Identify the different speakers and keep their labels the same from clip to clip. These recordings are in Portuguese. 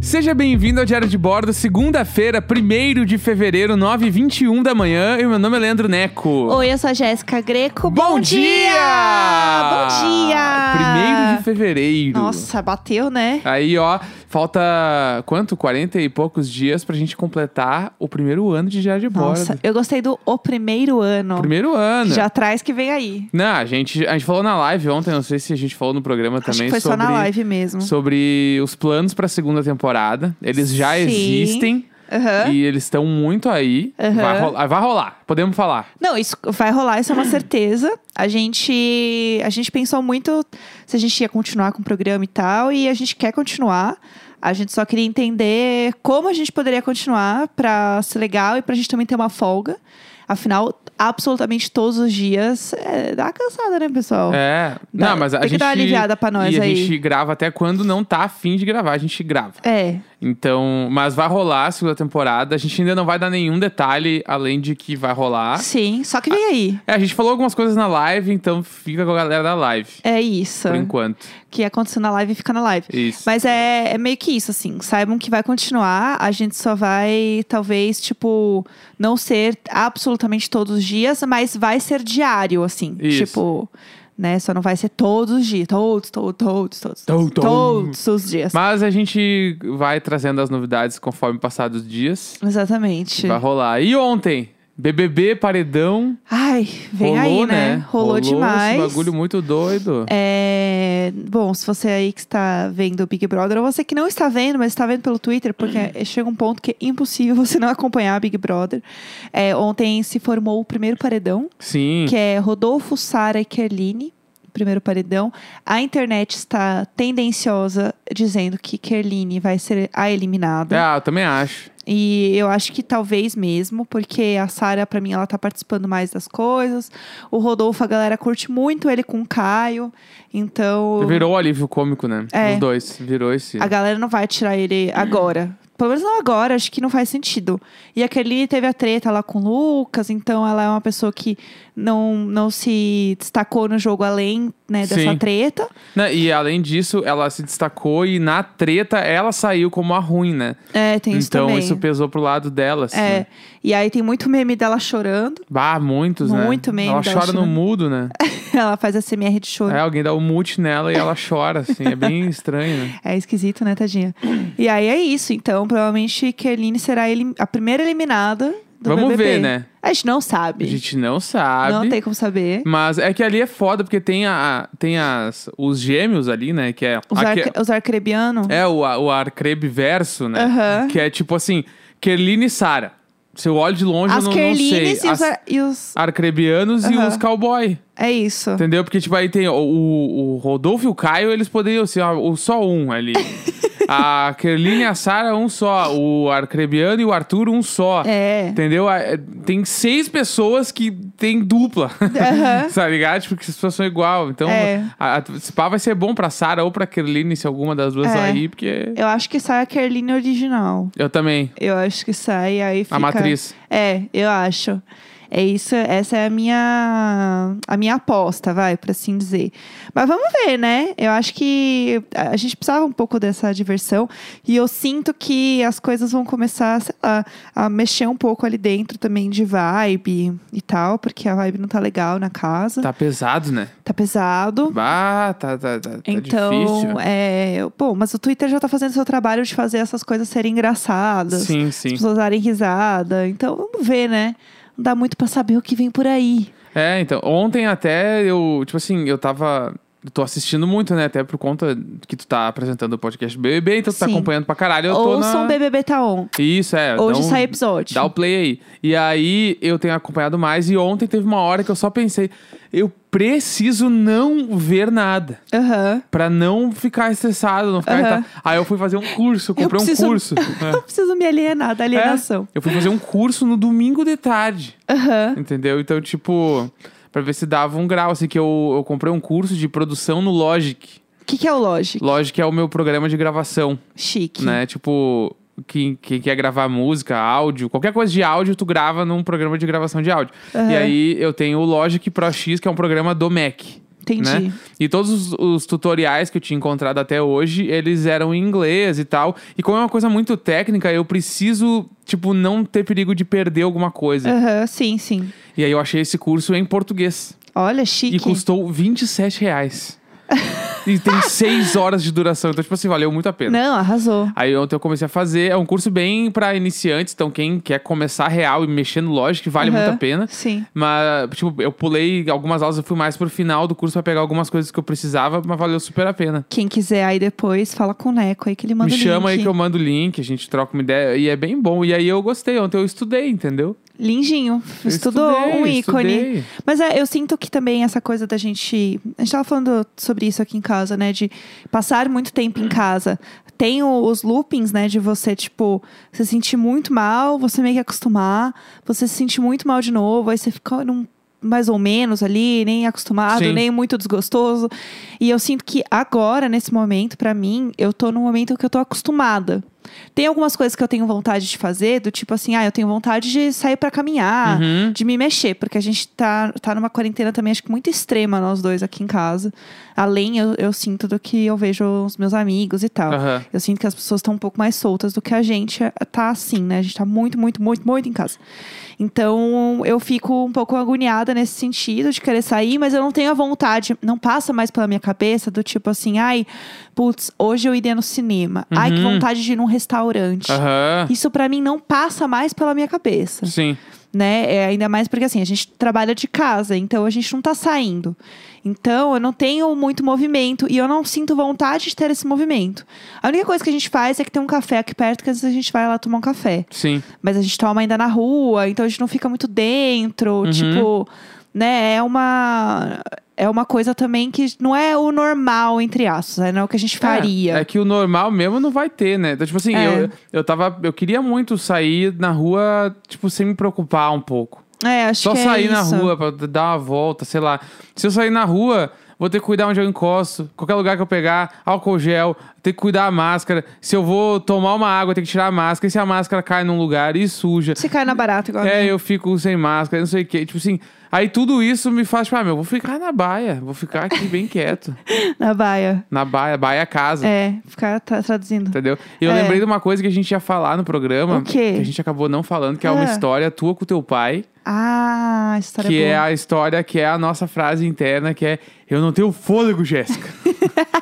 Speaker 1: Seja bem-vindo ao Diário de Bordo, segunda-feira, 1 de fevereiro, 9h21 da manhã. E meu nome é Leandro Neco.
Speaker 2: Oi, eu sou a Jéssica Greco.
Speaker 1: Bom,
Speaker 2: dia! Bom dia!
Speaker 1: 1 de fevereiro.
Speaker 2: Nossa, bateu, né?
Speaker 1: Aí, ó, falta quanto? 40 e poucos dias pra gente completar o primeiro ano de Diário de Bordo.
Speaker 2: Nossa, eu gostei do O Primeiro Ano.
Speaker 1: Primeiro ano.
Speaker 2: Já traz que vem aí.
Speaker 1: Não, a gente, a gente falou na live ontem, não sei se a gente falou no programa
Speaker 2: Acho
Speaker 1: também
Speaker 2: que foi
Speaker 1: sobre
Speaker 2: só na live né? mesmo.
Speaker 1: sobre os planos pra segunda temporada. Eles já
Speaker 2: Sim.
Speaker 1: existem
Speaker 2: Aham.
Speaker 1: e eles estão muito aí.
Speaker 2: Aham.
Speaker 1: Vai, rolar, vai rolar, podemos falar.
Speaker 2: Não, isso vai rolar, isso é uma certeza. A gente, a gente pensou muito se a gente ia continuar com o programa e tal, e a gente quer continuar. A gente só queria entender como a gente poderia continuar pra ser legal e pra gente também ter uma folga. Afinal, absolutamente todos os dias é, dá uma cansada, né, pessoal?
Speaker 1: É,
Speaker 2: Dá-
Speaker 1: não, mas a
Speaker 2: tem
Speaker 1: gente
Speaker 2: que dar uma aliviada pra nós
Speaker 1: e a
Speaker 2: aí.
Speaker 1: gente grava até quando não tá afim de gravar, a gente grava.
Speaker 2: É.
Speaker 1: Então, mas vai rolar a segunda temporada. A gente ainda não vai dar nenhum detalhe além de que vai rolar.
Speaker 2: Sim, só que vem aí.
Speaker 1: É, a gente falou algumas coisas na live, então fica com a galera da live
Speaker 2: É isso.
Speaker 1: por enquanto.
Speaker 2: O que aconteceu na live fica na live.
Speaker 1: Isso.
Speaker 2: Mas é, é meio que isso, assim. Saibam que vai continuar. A gente só vai, talvez, tipo, não ser absolutamente todos os dias, mas vai ser diário, assim.
Speaker 1: Isso.
Speaker 2: Tipo, né? Só não vai ser todos os dias. Todos, todos, todos, todos.
Speaker 1: Tou- tou-
Speaker 2: Todos os dias.
Speaker 1: Mas a gente vai trazendo as novidades conforme passar dos dias.
Speaker 2: Exatamente.
Speaker 1: Vai rolar. E ontem, BBB Paredão.
Speaker 2: Ai, vem
Speaker 1: rolou,
Speaker 2: aí, né? Rolou, demais.
Speaker 1: Esse bagulho muito doido.
Speaker 2: É, bom, se você aí que está vendo o Big Brother, ou você que não está vendo, mas está vendo pelo Twitter, porque chega um ponto que é impossível você não acompanhar o Big Brother. É, ontem se formou o primeiro paredão,
Speaker 1: Sim.
Speaker 2: que é Rodolfo, Sara e Kerline. Primeiro paredão. A internet está tendenciosa dizendo que Kerline vai ser a eliminada.
Speaker 1: Ah, eu também acho.
Speaker 2: E eu acho que talvez mesmo, porque a Sara, pra mim, ela tá participando mais das coisas. O Rodolfo, a galera curte muito ele com o Caio. Então,
Speaker 1: Virou o alívio cômico, né?
Speaker 2: É.
Speaker 1: Os dois. Virou esse.
Speaker 2: a galera não vai tirar ele agora. Pelo menos não agora, acho que não faz sentido. E a Kelly teve a treta lá com o Lucas, então ela é uma pessoa que não, não se destacou no jogo além né, dessa
Speaker 1: Sim.
Speaker 2: treta.
Speaker 1: Né, E além disso, ela se destacou e na treta ela saiu como a ruim, né?
Speaker 2: É, tem isso
Speaker 1: então
Speaker 2: também.
Speaker 1: isso pesou pro lado dela, assim.
Speaker 2: É. E aí tem muito meme dela chorando.
Speaker 1: Bah, muitos, né?
Speaker 2: Muito meme
Speaker 1: Ela
Speaker 2: dela
Speaker 1: chora no
Speaker 2: chorando.
Speaker 1: mudo, né?
Speaker 2: ela faz a CMR de choro.
Speaker 1: É, alguém dá o mute nela e ela chora, assim. É bem estranho, né?
Speaker 2: É esquisito, né, tadinha? E aí é isso. Então, provavelmente, Kerline será elim- a primeira eliminada do
Speaker 1: Vamos
Speaker 2: BBB.
Speaker 1: ver, né?
Speaker 2: A gente não sabe.
Speaker 1: A gente não sabe.
Speaker 2: Não tem como saber.
Speaker 1: Mas é que ali é foda, porque tem, a, tem as, os gêmeos ali, né? Que é.
Speaker 2: Os,
Speaker 1: aque-
Speaker 2: arque... os arcrebianos?
Speaker 1: É o, a- o Arcrebe verso, né?
Speaker 2: Aham.
Speaker 1: Que é tipo assim, Kerline e Sara. Se eu olho de longe,
Speaker 2: As
Speaker 1: eu não, não sei.
Speaker 2: Kerlines e, os
Speaker 1: As
Speaker 2: ar- e os.
Speaker 1: arcrebianos e
Speaker 2: Aham.
Speaker 1: os cowboy.
Speaker 2: É isso.
Speaker 1: Entendeu? Porque, tipo, aí tem o, o, o Rodolfo e o Caio, eles poderiam ser ó, o- só um ali. a Kerline e a Sara, um só. O Arcrebiano e o Arthur, um só.
Speaker 2: É.
Speaker 1: Entendeu? Ah, é, Tem seis pessoas que tem dupla.
Speaker 2: Aham.
Speaker 1: Sabe, ligado? Tipo, que as pessoas são igual. Então,
Speaker 2: É.
Speaker 1: a, a, esse pá vai ser bom pra Sara ou pra Kerline, se alguma das duas
Speaker 2: É.
Speaker 1: aí, porque.
Speaker 2: Eu acho que sai a Kerline original.
Speaker 1: Eu também.
Speaker 2: Eu acho que sai, aí fica.
Speaker 1: A matriz.
Speaker 2: É, eu acho. É isso, essa é a minha a minha aposta, vai, por assim dizer. Mas vamos ver, né? Eu acho que a gente precisava um pouco dessa diversão e eu sinto que as coisas vão começar, sei lá, a mexer um pouco ali dentro também de vibe e tal, porque a vibe não tá legal na casa, tá,
Speaker 1: Tá pesado, né?
Speaker 2: pesado.
Speaker 1: Bah, tá, tá, tá, tá difícil.
Speaker 2: então, é, bom, mas o Twitter já tá fazendo seu trabalho de fazer essas coisas serem engraçadas
Speaker 1: Sim,
Speaker 2: as
Speaker 1: sim.
Speaker 2: pessoas darem risada. Então, vamos ver, né? Não dá muito pra saber o que vem por aí.
Speaker 1: É, então, ontem até eu, tipo assim, eu tava. eu Tô assistindo muito, né? Até por conta que tu tá apresentando o podcast BBB, então tu tá
Speaker 2: Sim.
Speaker 1: acompanhando pra caralho. Eu tô
Speaker 2: Ouçam
Speaker 1: na...
Speaker 2: BBB Tá On.
Speaker 1: Isso, é.
Speaker 2: Hoje
Speaker 1: dá um-
Speaker 2: sai episódio.
Speaker 1: Dá o play aí. E aí eu tenho acompanhado mais e ontem teve uma hora que eu só pensei, eu preciso não ver nada.
Speaker 2: Aham.
Speaker 1: Pra não ficar estressado, não ficar.
Speaker 2: Aham.
Speaker 1: irritado. Aí eu fui fazer um curso, comprei
Speaker 2: preciso-
Speaker 1: um curso. É.
Speaker 2: Não preciso me alienar da alienação.
Speaker 1: É, eu fui fazer um curso no domingo de tarde,
Speaker 2: Aham.
Speaker 1: entendeu? Então, tipo, pra ver se dava um grau. Assim, que eu, eu comprei um curso de produção no Logic.
Speaker 2: O que, que é o Logic?
Speaker 1: Logic é o meu programa de gravação,
Speaker 2: Chique.
Speaker 1: né? Tipo, quem, quem quer gravar música, áudio, qualquer coisa de áudio, tu grava num programa de gravação de áudio.
Speaker 2: Aham.
Speaker 1: E aí eu tenho o Logic Pro X, que é um programa do Mac.
Speaker 2: Entendi.
Speaker 1: né? E todos os, os tutoriais que eu tinha encontrado até hoje, eles eram em inglês e tal. E como é uma coisa muito técnica, eu preciso, tipo, não ter perigo de perder alguma coisa.
Speaker 2: Aham, sim, sim.
Speaker 1: E aí eu achei esse curso em português.
Speaker 2: Olha,
Speaker 1: E
Speaker 2: chique.
Speaker 1: custou 27 reais. e tem seis horas de duração. Então, tipo assim, valeu muito a pena.
Speaker 2: Não, arrasou.
Speaker 1: Aí ontem eu comecei a fazer. É um curso bem pra iniciantes. Então, quem quer começar real e mexendo lógico, vale
Speaker 2: Aham,
Speaker 1: muito a pena.
Speaker 2: Sim.
Speaker 1: Mas, tipo, eu pulei algumas aulas, eu fui mais pro final do curso pra pegar algumas coisas que eu precisava, mas valeu super a pena.
Speaker 2: Quem quiser aí depois, fala com o Neco aí que ele manda
Speaker 1: Me
Speaker 2: o
Speaker 1: chama aí
Speaker 2: link.
Speaker 1: que eu mando o link, a gente troca uma ideia. E é bem bom. E aí eu gostei, ontem eu estudei, entendeu?
Speaker 2: Lindinho.
Speaker 1: Eu
Speaker 2: Estudou
Speaker 1: estudei,
Speaker 2: um ícone.
Speaker 1: estudei.
Speaker 2: Mas é, eu sinto que também essa coisa da gente. A gente tava falando sobre isso aqui em casa, né? De passar muito tempo em casa. Tem o- os loopings, né? De você, tipo, se sentir muito mal, você meio que acostumar, você se sentir muito mal de novo, aí você fica num mais ou menos ali, nem acostumado,
Speaker 1: Sim.
Speaker 2: nem muito desgostoso. E eu sinto que agora, nesse momento, pra mim, eu tô num momento que eu tô acostumada. Tem algumas coisas que eu tenho vontade de fazer, do tipo assim, ah, eu tenho vontade de sair pra caminhar,
Speaker 1: Uhum.
Speaker 2: de me mexer, porque a gente tá, tá numa quarentena também, acho que muito extrema nós dois aqui em casa. Além, eu, eu sinto do que eu vejo os meus amigos e tal.
Speaker 1: Aham.
Speaker 2: Eu sinto que as pessoas estão um pouco mais soltas do que a gente eh, tá assim, né? A gente tá muito, muito, muito, muito em casa. Então, eu fico um pouco agoniada nesse sentido de querer sair, mas eu não tenho a vontade, não passa mais pela minha cabeça do tipo assim, ai, putz, hoje eu iria no cinema. Ai, que
Speaker 1: Uhum.
Speaker 2: vontade de ir num restaurante.
Speaker 1: Aham.
Speaker 2: Isso pra mim não passa mais pela minha cabeça
Speaker 1: Sim.
Speaker 2: né? É, ainda mais porque assim, a gente trabalha de casa, então a gente não tá saindo. Então eu não tenho muito movimento e eu não sinto vontade de ter esse movimento. A única coisa que a gente faz é que tem um café aqui perto, que às vezes a gente vai lá tomar um café.
Speaker 1: Sim.
Speaker 2: Mas a gente toma ainda na rua, então a gente não fica muito dentro,
Speaker 1: Uhum.
Speaker 2: tipo, né? É uma é uma coisa também que não é o normal entre aspas, né? não é o que a gente faria.
Speaker 1: É, é que o normal mesmo não vai ter, né? Então, tipo assim,
Speaker 2: É.
Speaker 1: eu, eu tava. Eu queria muito sair na rua, tipo, sem me preocupar um pouco.
Speaker 2: É, acho
Speaker 1: Só
Speaker 2: que é
Speaker 1: sair na
Speaker 2: isso.
Speaker 1: rua pra dar uma volta, sei lá. Se eu sair na rua, vou ter que cuidar onde eu encosto, qualquer lugar que eu pegar, álcool gel, ter que cuidar a máscara. Se eu vou tomar uma água, ter que tirar a máscara. E se a máscara cai num lugar e suja.
Speaker 2: Você cai na barata igual a
Speaker 1: É,
Speaker 2: mim.
Speaker 1: eu fico sem máscara, não sei o quê. Tipo assim, aí tudo isso me faz, tipo, ah, meu, vou ficar na baia, vou ficar aqui bem quieto.
Speaker 2: na baia.
Speaker 1: Na baia, baia é casa.
Speaker 2: É, ficar tra- traduzindo.
Speaker 1: Entendeu? E eu
Speaker 2: É.
Speaker 1: lembrei de uma coisa que a gente ia falar no programa,
Speaker 2: O quê?
Speaker 1: que a gente acabou não falando, que é uma
Speaker 2: Ah.
Speaker 1: história tua com teu pai,
Speaker 2: Ah, a história
Speaker 1: que
Speaker 2: boa.
Speaker 1: é a história que é a nossa frase interna, que é eu não tenho fôlego, Jéssica.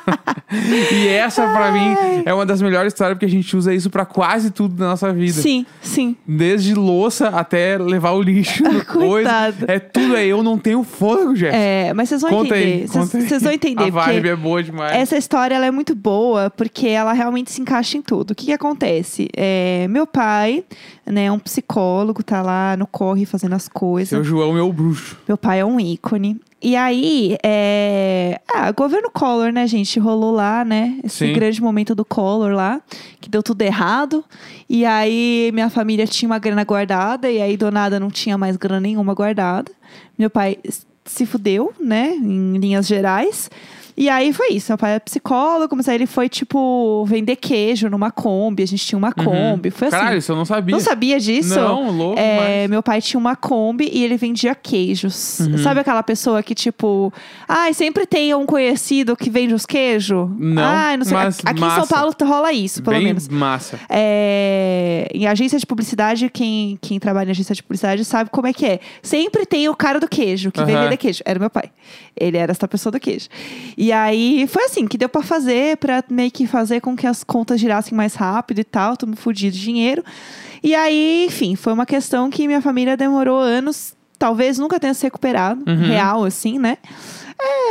Speaker 1: e essa pra mim é uma das melhores histórias porque a gente usa isso pra quase tudo da nossa vida.
Speaker 2: Sim, sim.
Speaker 1: Desde louça até levar o lixo, coisa.
Speaker 2: Coitado.
Speaker 1: É tudo é eu não tenho fôlego, Jéssica.
Speaker 2: É, mas vocês vão
Speaker 1: Conta
Speaker 2: entender.
Speaker 1: aí, conta aí.
Speaker 2: Vocês vocês vão entender.
Speaker 1: A vibe
Speaker 2: porque
Speaker 1: é boa demais.
Speaker 2: essa história ela é muito boa porque ela realmente se encaixa em tudo. O que, que acontece? É, meu pai, né, é um psicólogo, tá lá no corre fazendo as coisas.
Speaker 1: Seu João é o bruxo.
Speaker 2: Meu pai é um ícone. E aí, é... ah, governo Collor, né, gente? Rolou lá, né? Esse
Speaker 1: Sim.
Speaker 2: grande momento do Collor lá, que deu tudo errado. E aí, minha família tinha uma grana guardada, e aí, do nada, não tinha mais grana nenhuma guardada. Meu pai s- se fudeu, né, em linhas gerais. E aí foi isso, meu pai é psicólogo, mas aí ele foi, tipo, vender queijo numa Kombi. A gente tinha uma Kombi, foi assim.
Speaker 1: Uhum. Caralho, isso eu não sabia.
Speaker 2: não sabia disso?
Speaker 1: Não, louco,
Speaker 2: É,
Speaker 1: mas- Uhum.
Speaker 2: meu pai tinha uma Kombi e ele vendia queijos. Sabe aquela pessoa que, tipo, ai, sempre tem um conhecido que vende os queijos?
Speaker 1: Não,
Speaker 2: ai, não sei.
Speaker 1: mas
Speaker 2: Aqui em São
Speaker 1: massa.
Speaker 2: Paulo rola isso, pelo
Speaker 1: Bem
Speaker 2: menos.
Speaker 1: massa.
Speaker 2: É, em agência de publicidade, quem, quem trabalha em agência de publicidade sabe como é que é. Sempre tem o cara do queijo, que
Speaker 1: Aham.
Speaker 2: vendia queijo. Era meu pai. Ele era essa pessoa do queijo. E aí foi assim, que deu pra fazer, pra meio que fazer com que as contas girassem mais rápido e tal. Tamo fudido de dinheiro. E aí, enfim, foi uma questão que minha família demorou anos. Talvez nunca tenha se recuperado,
Speaker 1: Uhum.
Speaker 2: real, assim, né?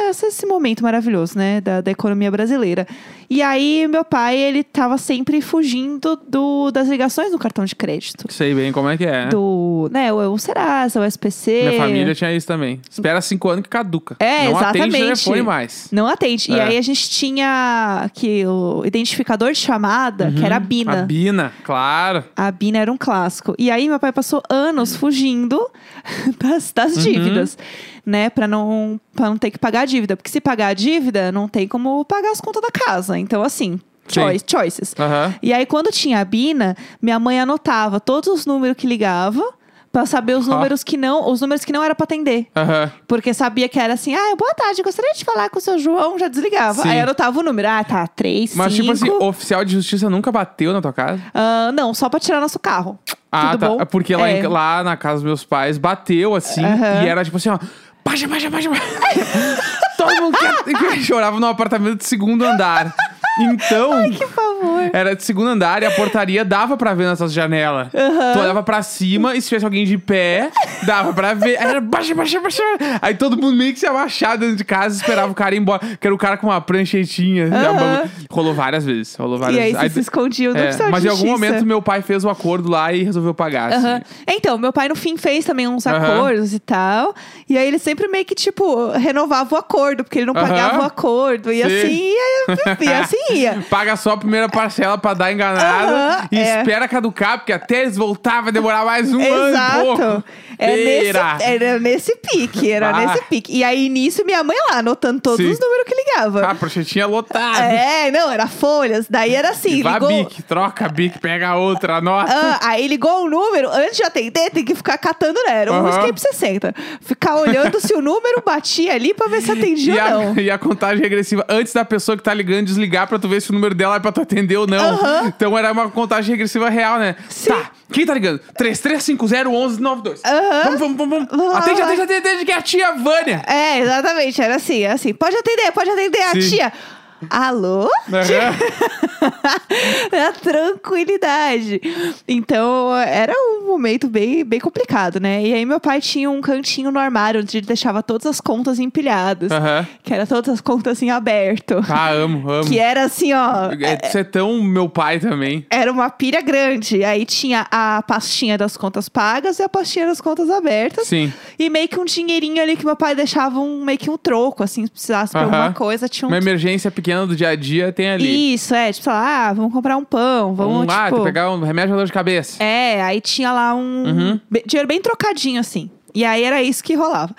Speaker 2: essa- esse momento maravilhoso, né, da, da economia brasileira. E aí, meu pai, ele tava sempre fugindo do, das ligações do cartão de crédito.
Speaker 1: Sei bem como é que é. né?
Speaker 2: Do, né, o, o Serasa, o SPC.
Speaker 1: Minha família tinha isso também. Espera cinco anos que caduca.
Speaker 2: É,
Speaker 1: não atende
Speaker 2: exatamente.
Speaker 1: telefone mais.
Speaker 2: Não atende. E
Speaker 1: É.
Speaker 2: aí a gente tinha que o identificador de chamada, que era a Bina.
Speaker 1: Uhum. A Bina, claro.
Speaker 2: A Bina era um clássico. E aí, meu pai passou
Speaker 1: Uhum.
Speaker 2: anos fugindo das, das dívidas, né? Pra não, pra não ter que pagar a dívida. Porque se pagar a dívida, não tem como pagar as contas da casa. Então, assim,
Speaker 1: Sim.
Speaker 2: choi- choices.
Speaker 1: Aham.
Speaker 2: E aí, quando tinha a Bina, minha mãe anotava todos os números que ligava Pra saber os
Speaker 1: Ah.
Speaker 2: números que não, os números que não era pra atender.
Speaker 1: Aham.
Speaker 2: Porque sabia que era assim, ah, boa tarde, gostaria de falar com o seu João, já desligava.
Speaker 1: Sim.
Speaker 2: Aí anotava o número, ah, tá, três,
Speaker 1: Mas, tipo
Speaker 2: cinco.
Speaker 1: assim, oficial de justiça nunca bateu na tua casa?
Speaker 2: Ah, não, só pra tirar nosso carro.
Speaker 1: Ah,
Speaker 2: Tudo
Speaker 1: tá.
Speaker 2: bom?
Speaker 1: É Porque lá, em-
Speaker 2: É.
Speaker 1: lá na casa dos meus pais bateu assim
Speaker 2: Aham.
Speaker 1: e era tipo assim, ó. Baixa, baixa, baixa, baixa. Todo mundo que, chorava num apartamento de segundo andar. Então.
Speaker 2: Por favor.
Speaker 1: Era de segundo andar e a portaria dava pra ver nessas janelas.
Speaker 2: Aham.
Speaker 1: Tu olhava pra cima e se tivesse alguém de pé, dava pra ver. Aí era baixa, baixa, baixa. Aí todo mundo meio que se abaixava dentro de casa e esperava o cara ir embora. Que era o cara com uma pranchetinha.
Speaker 2: Aham.
Speaker 1: Rolou várias vezes. Rolou várias
Speaker 2: E aí
Speaker 1: vezes.
Speaker 2: vocês se escondiam do
Speaker 1: É,
Speaker 2: oficial de
Speaker 1: mas em algum
Speaker 2: justiça.
Speaker 1: momento meu pai fez o acordo lá e resolveu pagar. assim.
Speaker 2: Aham. Então, meu pai no fim fez também uns
Speaker 1: Aham.
Speaker 2: acordos e tal. E aí ele sempre meio que, tipo, renovava o acordo, porque ele não
Speaker 1: Aham.
Speaker 2: pagava o acordo. E
Speaker 1: Sim.
Speaker 2: assim ia, e assim ia.
Speaker 1: Paga só a primeira parcela pra dar enganado
Speaker 2: Aham,
Speaker 1: e
Speaker 2: é.
Speaker 1: espera caducar, porque até eles voltar vai demorar mais um ano. e
Speaker 2: Exato.
Speaker 1: pouco.
Speaker 2: É nesse,
Speaker 1: Pera.
Speaker 2: era nesse pique, era
Speaker 1: Ah.
Speaker 2: nesse pique. E aí, nisso, minha mãe lá, anotando todos
Speaker 1: Sim.
Speaker 2: os números que ligava.
Speaker 1: Ah, pranchetinha lotada.
Speaker 2: É, não, era folhas. Daí era assim,
Speaker 1: Vá,
Speaker 2: ligou.
Speaker 1: Bic, troca a Bic, pega a outra, anota.
Speaker 2: Ah, aí ligou o número, antes de atender, tem que ficar catando, né? Era um
Speaker 1: Aham.
Speaker 2: escape 60. Ficar olhando se o número batia ali pra ver se atendia
Speaker 1: e,
Speaker 2: ou não.
Speaker 1: a, e a contagem é regressiva antes da pessoa que tá ligando desligar pra tu ver se o número dela é pra tu atender ou não.
Speaker 2: Aham.
Speaker 1: Então era uma contagem regressiva real, né?
Speaker 2: Sim.
Speaker 1: Tá, quem tá ligando? 33501192.
Speaker 2: Aham.
Speaker 1: Vamos, vamos, vamos, vamos.
Speaker 2: Vamos lá,
Speaker 1: atende,
Speaker 2: vamos
Speaker 1: atende,
Speaker 2: lá.
Speaker 1: atende, atende, que é a tia Vânia.
Speaker 2: É, exatamente, era assim, era assim. Pode atender, pode atender a
Speaker 1: Sim.
Speaker 2: tia. Alô? Tia? Na tranquilidade. Então, era um momento bem, bem complicado, né? E aí meu pai tinha um cantinho no armário onde ele deixava todas as contas empilhadas.
Speaker 1: Aham.
Speaker 2: Que era todas as contas em aberto.
Speaker 1: Ah, amo, amo.
Speaker 2: Que era assim, ó.
Speaker 1: É, Você é tão meu pai também.
Speaker 2: Era uma pilha grande. Aí tinha a pastinha das contas pagas e a pastinha das contas abertas.
Speaker 1: Sim.
Speaker 2: E meio que um dinheirinho ali que meu pai deixava um, meio que um troco, assim, se precisasse pra
Speaker 1: Aham.
Speaker 2: alguma coisa, tinha um.
Speaker 1: Uma emergência pequena do dia a dia tem ali.
Speaker 2: Isso, é, tipo, sei lá, ah, vamos comprar um pão, vamos,
Speaker 1: Vamos lá,
Speaker 2: tipo...
Speaker 1: tu pegar um remédio pra dor de cabeça.
Speaker 2: É, aí tinha lá um
Speaker 1: Uhum.
Speaker 2: be- dinheiro bem trocadinho, assim. E aí era isso que rolava.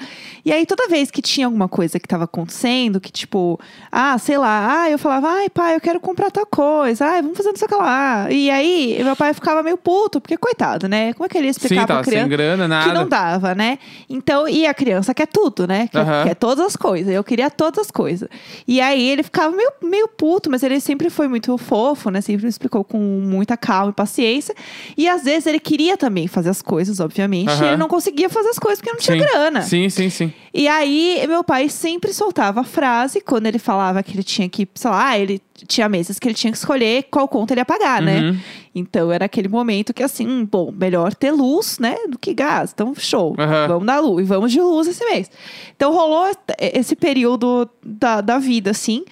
Speaker 2: E aí toda vez que tinha alguma coisa que tava acontecendo, que tipo, ah, sei lá, ah, eu falava, ai pai, eu quero comprar tal coisa, ai, vamos fazer não sei o que lá. E aí meu pai ficava meio puto, porque coitado, né? Como é que ele ia explicar
Speaker 1: Sim,
Speaker 2: pra
Speaker 1: tava
Speaker 2: criança?
Speaker 1: sem grana, nada.
Speaker 2: Que não dava, né? Então, e a criança quer tudo, né? Quer,
Speaker 1: Aham.
Speaker 2: quer todas as coisas. Eu queria todas as coisas. E aí ele ficava meio, meio puto, mas ele sempre foi muito fofo, né? Sempre me explicou com muita calma e paciência. E às vezes ele queria também fazer as coisas, obviamente.
Speaker 1: Aham.
Speaker 2: E ele não conseguia fazer as coisas porque não tinha
Speaker 1: Sim.
Speaker 2: grana.
Speaker 1: Sim, sim, sim.
Speaker 2: E aí, meu pai sempre soltava a frase quando ele falava que ele tinha que, sei lá, ele tinha mesas que ele tinha que escolher qual conta ele ia pagar, né?
Speaker 1: Uhum.
Speaker 2: Então era aquele momento que assim, hum, bom, melhor ter luz, né, do que gás. Então, show.
Speaker 1: Aham.
Speaker 2: Vamos na luz, vamos de luz esse mês. Então rolou e- esse período da, da vida, assim.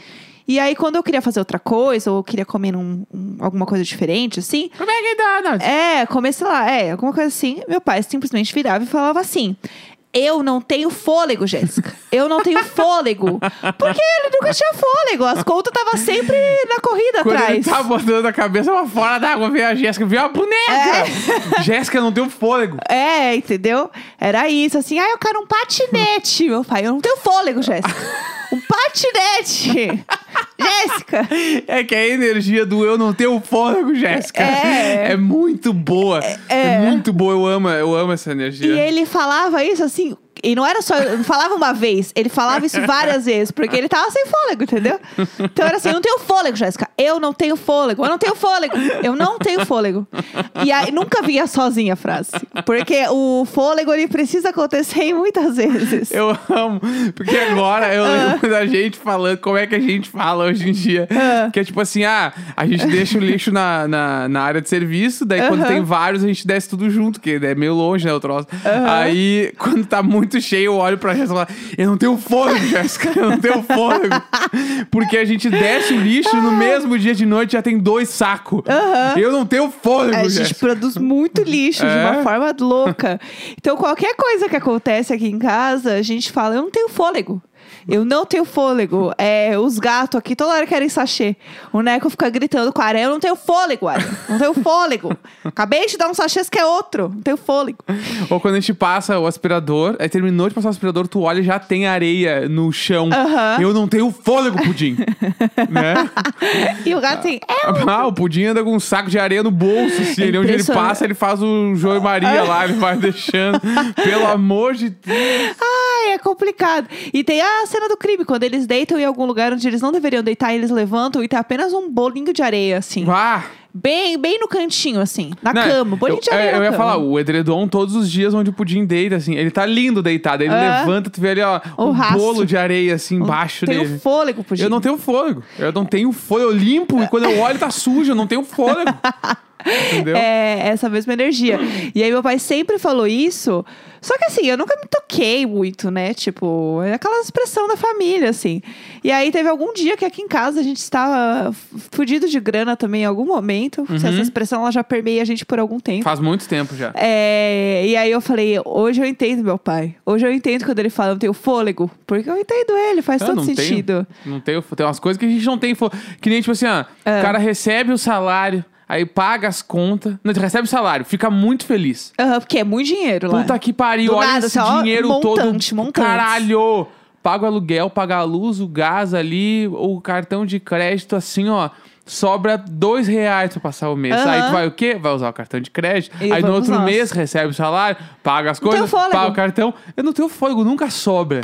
Speaker 2: E aí, quando eu queria fazer outra coisa, ou eu queria comer num- um- alguma coisa diferente, assim,
Speaker 1: Como é que dá, não?
Speaker 2: é, comecei lá, é, alguma coisa assim. Meu pai simplesmente virava e falava assim: Eu não tenho fôlego, Jéssica. Eu não tenho fôlego. Porque ele nunca tinha fôlego. As contas estavam sempre na corrida
Speaker 1: Quando
Speaker 2: atrás.
Speaker 1: ele tá botando a cabeça pra fora d'água, veio a Jéssica, veio a boneca! Jéssica não tem um fôlego.
Speaker 2: É, entendeu? Era isso, assim, ah, eu quero um patinete. Meu pai, eu não tenho fôlego, Jéssica. Um patinete! Jéssica!
Speaker 1: É que a energia do eu não ter um fôlego, Jéssica,
Speaker 2: É.
Speaker 1: muito boa. É, muito boa, eu amo, eu amo essa energia.
Speaker 2: E ele falava isso assim, e não era só, não falava uma vez, ele falava isso várias vezes, porque ele tava sem fôlego, entendeu? Então era assim, eu não tenho fôlego, Jéssica. Eu não tenho fôlego, eu não tenho fôlego, eu não tenho fôlego. E aí nunca vinha sozinha a frase. Porque o fôlego ele precisa acontecer em muitas vezes.
Speaker 1: Eu amo, porque agora eu
Speaker 2: Ah.
Speaker 1: lembro da gente falando como é que a gente fala hoje em dia. Que é tipo assim, ah, a gente deixa o lixo na, na, na área de serviço, daí quando
Speaker 2: Aham.
Speaker 1: tem vários a gente desce tudo junto, que é meio longe, né, o troço. Aí, quando tá muito cheio, eu olho pra Jéssica e falo, eu não tenho fôlego, Jéssica, eu não tenho fôlego. porque a gente desce o lixo
Speaker 2: Ah.
Speaker 1: e no mesmo dia de noite já tem dois sacos. Eu não tenho fôlego,
Speaker 2: É, A gente
Speaker 1: Jéssica.
Speaker 2: produz muito lixo de
Speaker 1: É.
Speaker 2: uma forma louca. Então, qualquer coisa que acontece aqui em casa, a gente fala, eu não tenho fôlego. Eu não tenho fôlego. É, os gatos aqui toda hora querem sachê. O Neco fica gritando com a aranha, eu não tenho fôlego, Ari. Não tenho fôlego. Acabei de dar um sachê, você quer outro. Não tenho fôlego.
Speaker 1: Ou quando a gente passa o aspirador, aí terminou de passar o aspirador, tu olha e já tem areia no chão.
Speaker 2: Aham.
Speaker 1: Eu não tenho fôlego, pudim. né?
Speaker 2: E o gato assim, é
Speaker 1: Ah, o pudim anda com um saco de areia no bolso, assim.
Speaker 2: É
Speaker 1: ele, onde ele
Speaker 2: impressionante.
Speaker 1: passa, ele faz o João e Maria lá, ele vai deixando. Pelo amor de Deus.
Speaker 2: Ai, é complicado. E tem a cena do crime, quando eles deitam em algum lugar onde eles não deveriam deitar, eles levantam e tem apenas um bolinho de areia, assim.
Speaker 1: Ah,
Speaker 2: Bem, bem no cantinho, assim. Na
Speaker 1: Não,
Speaker 2: cama.
Speaker 1: eu,
Speaker 2: Bolinho
Speaker 1: é,
Speaker 2: de areia.
Speaker 1: Eu, eu
Speaker 2: na
Speaker 1: ia
Speaker 2: cama.
Speaker 1: falar, o edredom, todos os dias onde o pudim deita, assim, ele tá lindo deitado. Ele
Speaker 2: É.
Speaker 1: levanta, tu vê ali, ó,
Speaker 2: O
Speaker 1: um
Speaker 2: rastro.
Speaker 1: bolo de areia, assim, embaixo
Speaker 2: tem
Speaker 1: dele.
Speaker 2: um fôlego, pudim.
Speaker 1: Eu não tenho fôlego. Eu não tenho fôlego. Eu limpo e quando eu olho tá sujo. Eu não tenho fôlego. Entendeu?
Speaker 2: É, essa mesma energia. E aí, meu pai sempre falou isso. Só que assim, eu nunca me toquei muito, né? Tipo, é aquela expressão da família, assim. E aí, teve algum dia que aqui em casa a gente estava fudido de grana também, em algum momento.
Speaker 1: Uhum.
Speaker 2: Se Essa expressão ela já permeia a gente por algum tempo.
Speaker 1: Faz muito tempo já.
Speaker 2: É, e aí eu falei, hoje eu entendo meu pai. Hoje eu entendo quando ele fala, eu tenho fôlego. Porque eu entendo ele, faz
Speaker 1: Eu
Speaker 2: todo
Speaker 1: Ah, não
Speaker 2: sentido.
Speaker 1: Tenho, não tenho. Tem umas coisas que a gente não tem. fo- Que nem, tipo assim, ó,
Speaker 2: Ah.
Speaker 1: o cara recebe o salário, aí paga as contas. Não, ele recebe o salário, fica muito feliz.
Speaker 2: Aham, porque é muito dinheiro lá.
Speaker 1: Puta que pariu,
Speaker 2: Do
Speaker 1: olha
Speaker 2: nada,
Speaker 1: esse
Speaker 2: assim, ó,
Speaker 1: dinheiro
Speaker 2: montante,
Speaker 1: todo.
Speaker 2: montante.
Speaker 1: Caralho! Paga o aluguel, paga a luz, o gás ali, o cartão de crédito, assim, ó. Sobra dois reais pra passar o mês.
Speaker 2: Aham.
Speaker 1: Aí tu vai o quê? Vai usar o cartão de crédito.
Speaker 2: E
Speaker 1: aí no
Speaker 2: vamos
Speaker 1: outro
Speaker 2: nós.
Speaker 1: mês recebe o salário, paga as coisas,
Speaker 2: tenho fôlego.
Speaker 1: paga o cartão. Eu não tenho fôlego, nunca sobra.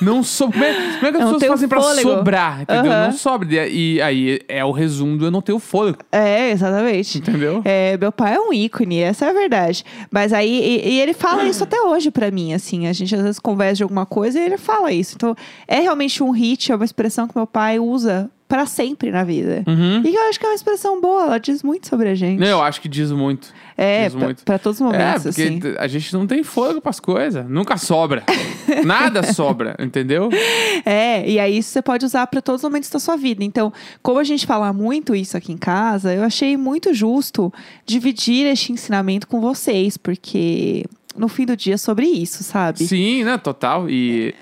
Speaker 1: não sobra. Como é, como é que as
Speaker 2: Eu não
Speaker 1: pessoas
Speaker 2: tenho
Speaker 1: fazem
Speaker 2: fôlego.
Speaker 1: pra sobrar? Entendeu?
Speaker 2: Aham.
Speaker 1: Não sobra. E aí é o resumo do eu não tenho fôlego,
Speaker 2: É, exatamente.
Speaker 1: entendeu?
Speaker 2: É, meu pai é um ícone, essa é a verdade. Mas aí, e, e ele fala isso até hoje pra mim, assim. A gente às vezes conversa de alguma coisa e ele fala isso. Então, é realmente um hit, é uma expressão que meu pai usa pra sempre na vida.
Speaker 1: Uhum.
Speaker 2: E eu acho que é uma expressão boa, ela diz muito sobre a gente.
Speaker 1: Eu acho que diz muito.
Speaker 2: é,
Speaker 1: diz
Speaker 2: pra-
Speaker 1: muito.
Speaker 2: pra todos os momentos,
Speaker 1: é, porque
Speaker 2: assim.
Speaker 1: a gente não tem fôlego pras coisas. Nunca sobra. Nada sobra, entendeu?
Speaker 2: É, e aí isso você pode usar para todos os momentos da sua vida. Então, como a gente fala muito isso aqui em casa, eu achei muito justo dividir este ensinamento com vocês, porque no fim do dia é sobre isso, sabe?
Speaker 1: Sim, né? Total. E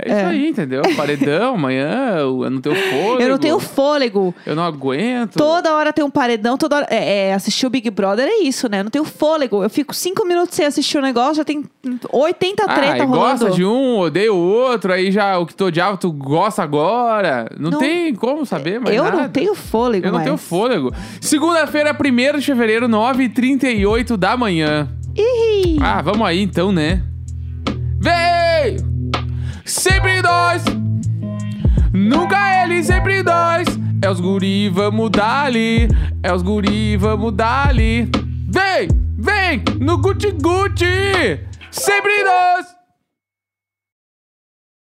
Speaker 1: é isso aí, entendeu? Paredão, amanhã eu não tenho fôlego.
Speaker 2: Eu não tenho fôlego.
Speaker 1: Eu não aguento.
Speaker 2: Toda hora tem um paredão, toda hora. É, é, assistir o Big Brother é isso, né? Eu não tenho fôlego. Eu fico cinco minutos sem assistir o negócio, já tem 80
Speaker 1: Ah,
Speaker 2: treta
Speaker 1: e
Speaker 2: rolando.
Speaker 1: gosta de um, odeia o outro, aí já o que tu odiava, tu gosta agora. Não,
Speaker 2: Não.
Speaker 1: tem como saber, mas.
Speaker 2: eu não tenho fôlego,
Speaker 1: Eu não
Speaker 2: mais.
Speaker 1: tenho fôlego. Segunda-feira, 1 de fevereiro, 9h38 da manhã.
Speaker 2: Ih!
Speaker 1: Ah, vamos aí então, né? Veio! Sempre dois! Nunca ele, sempre dois! É os guri, vamos dali! É os guri, vamos dali! Vem! Vem! No guti-guti! Sempre dois!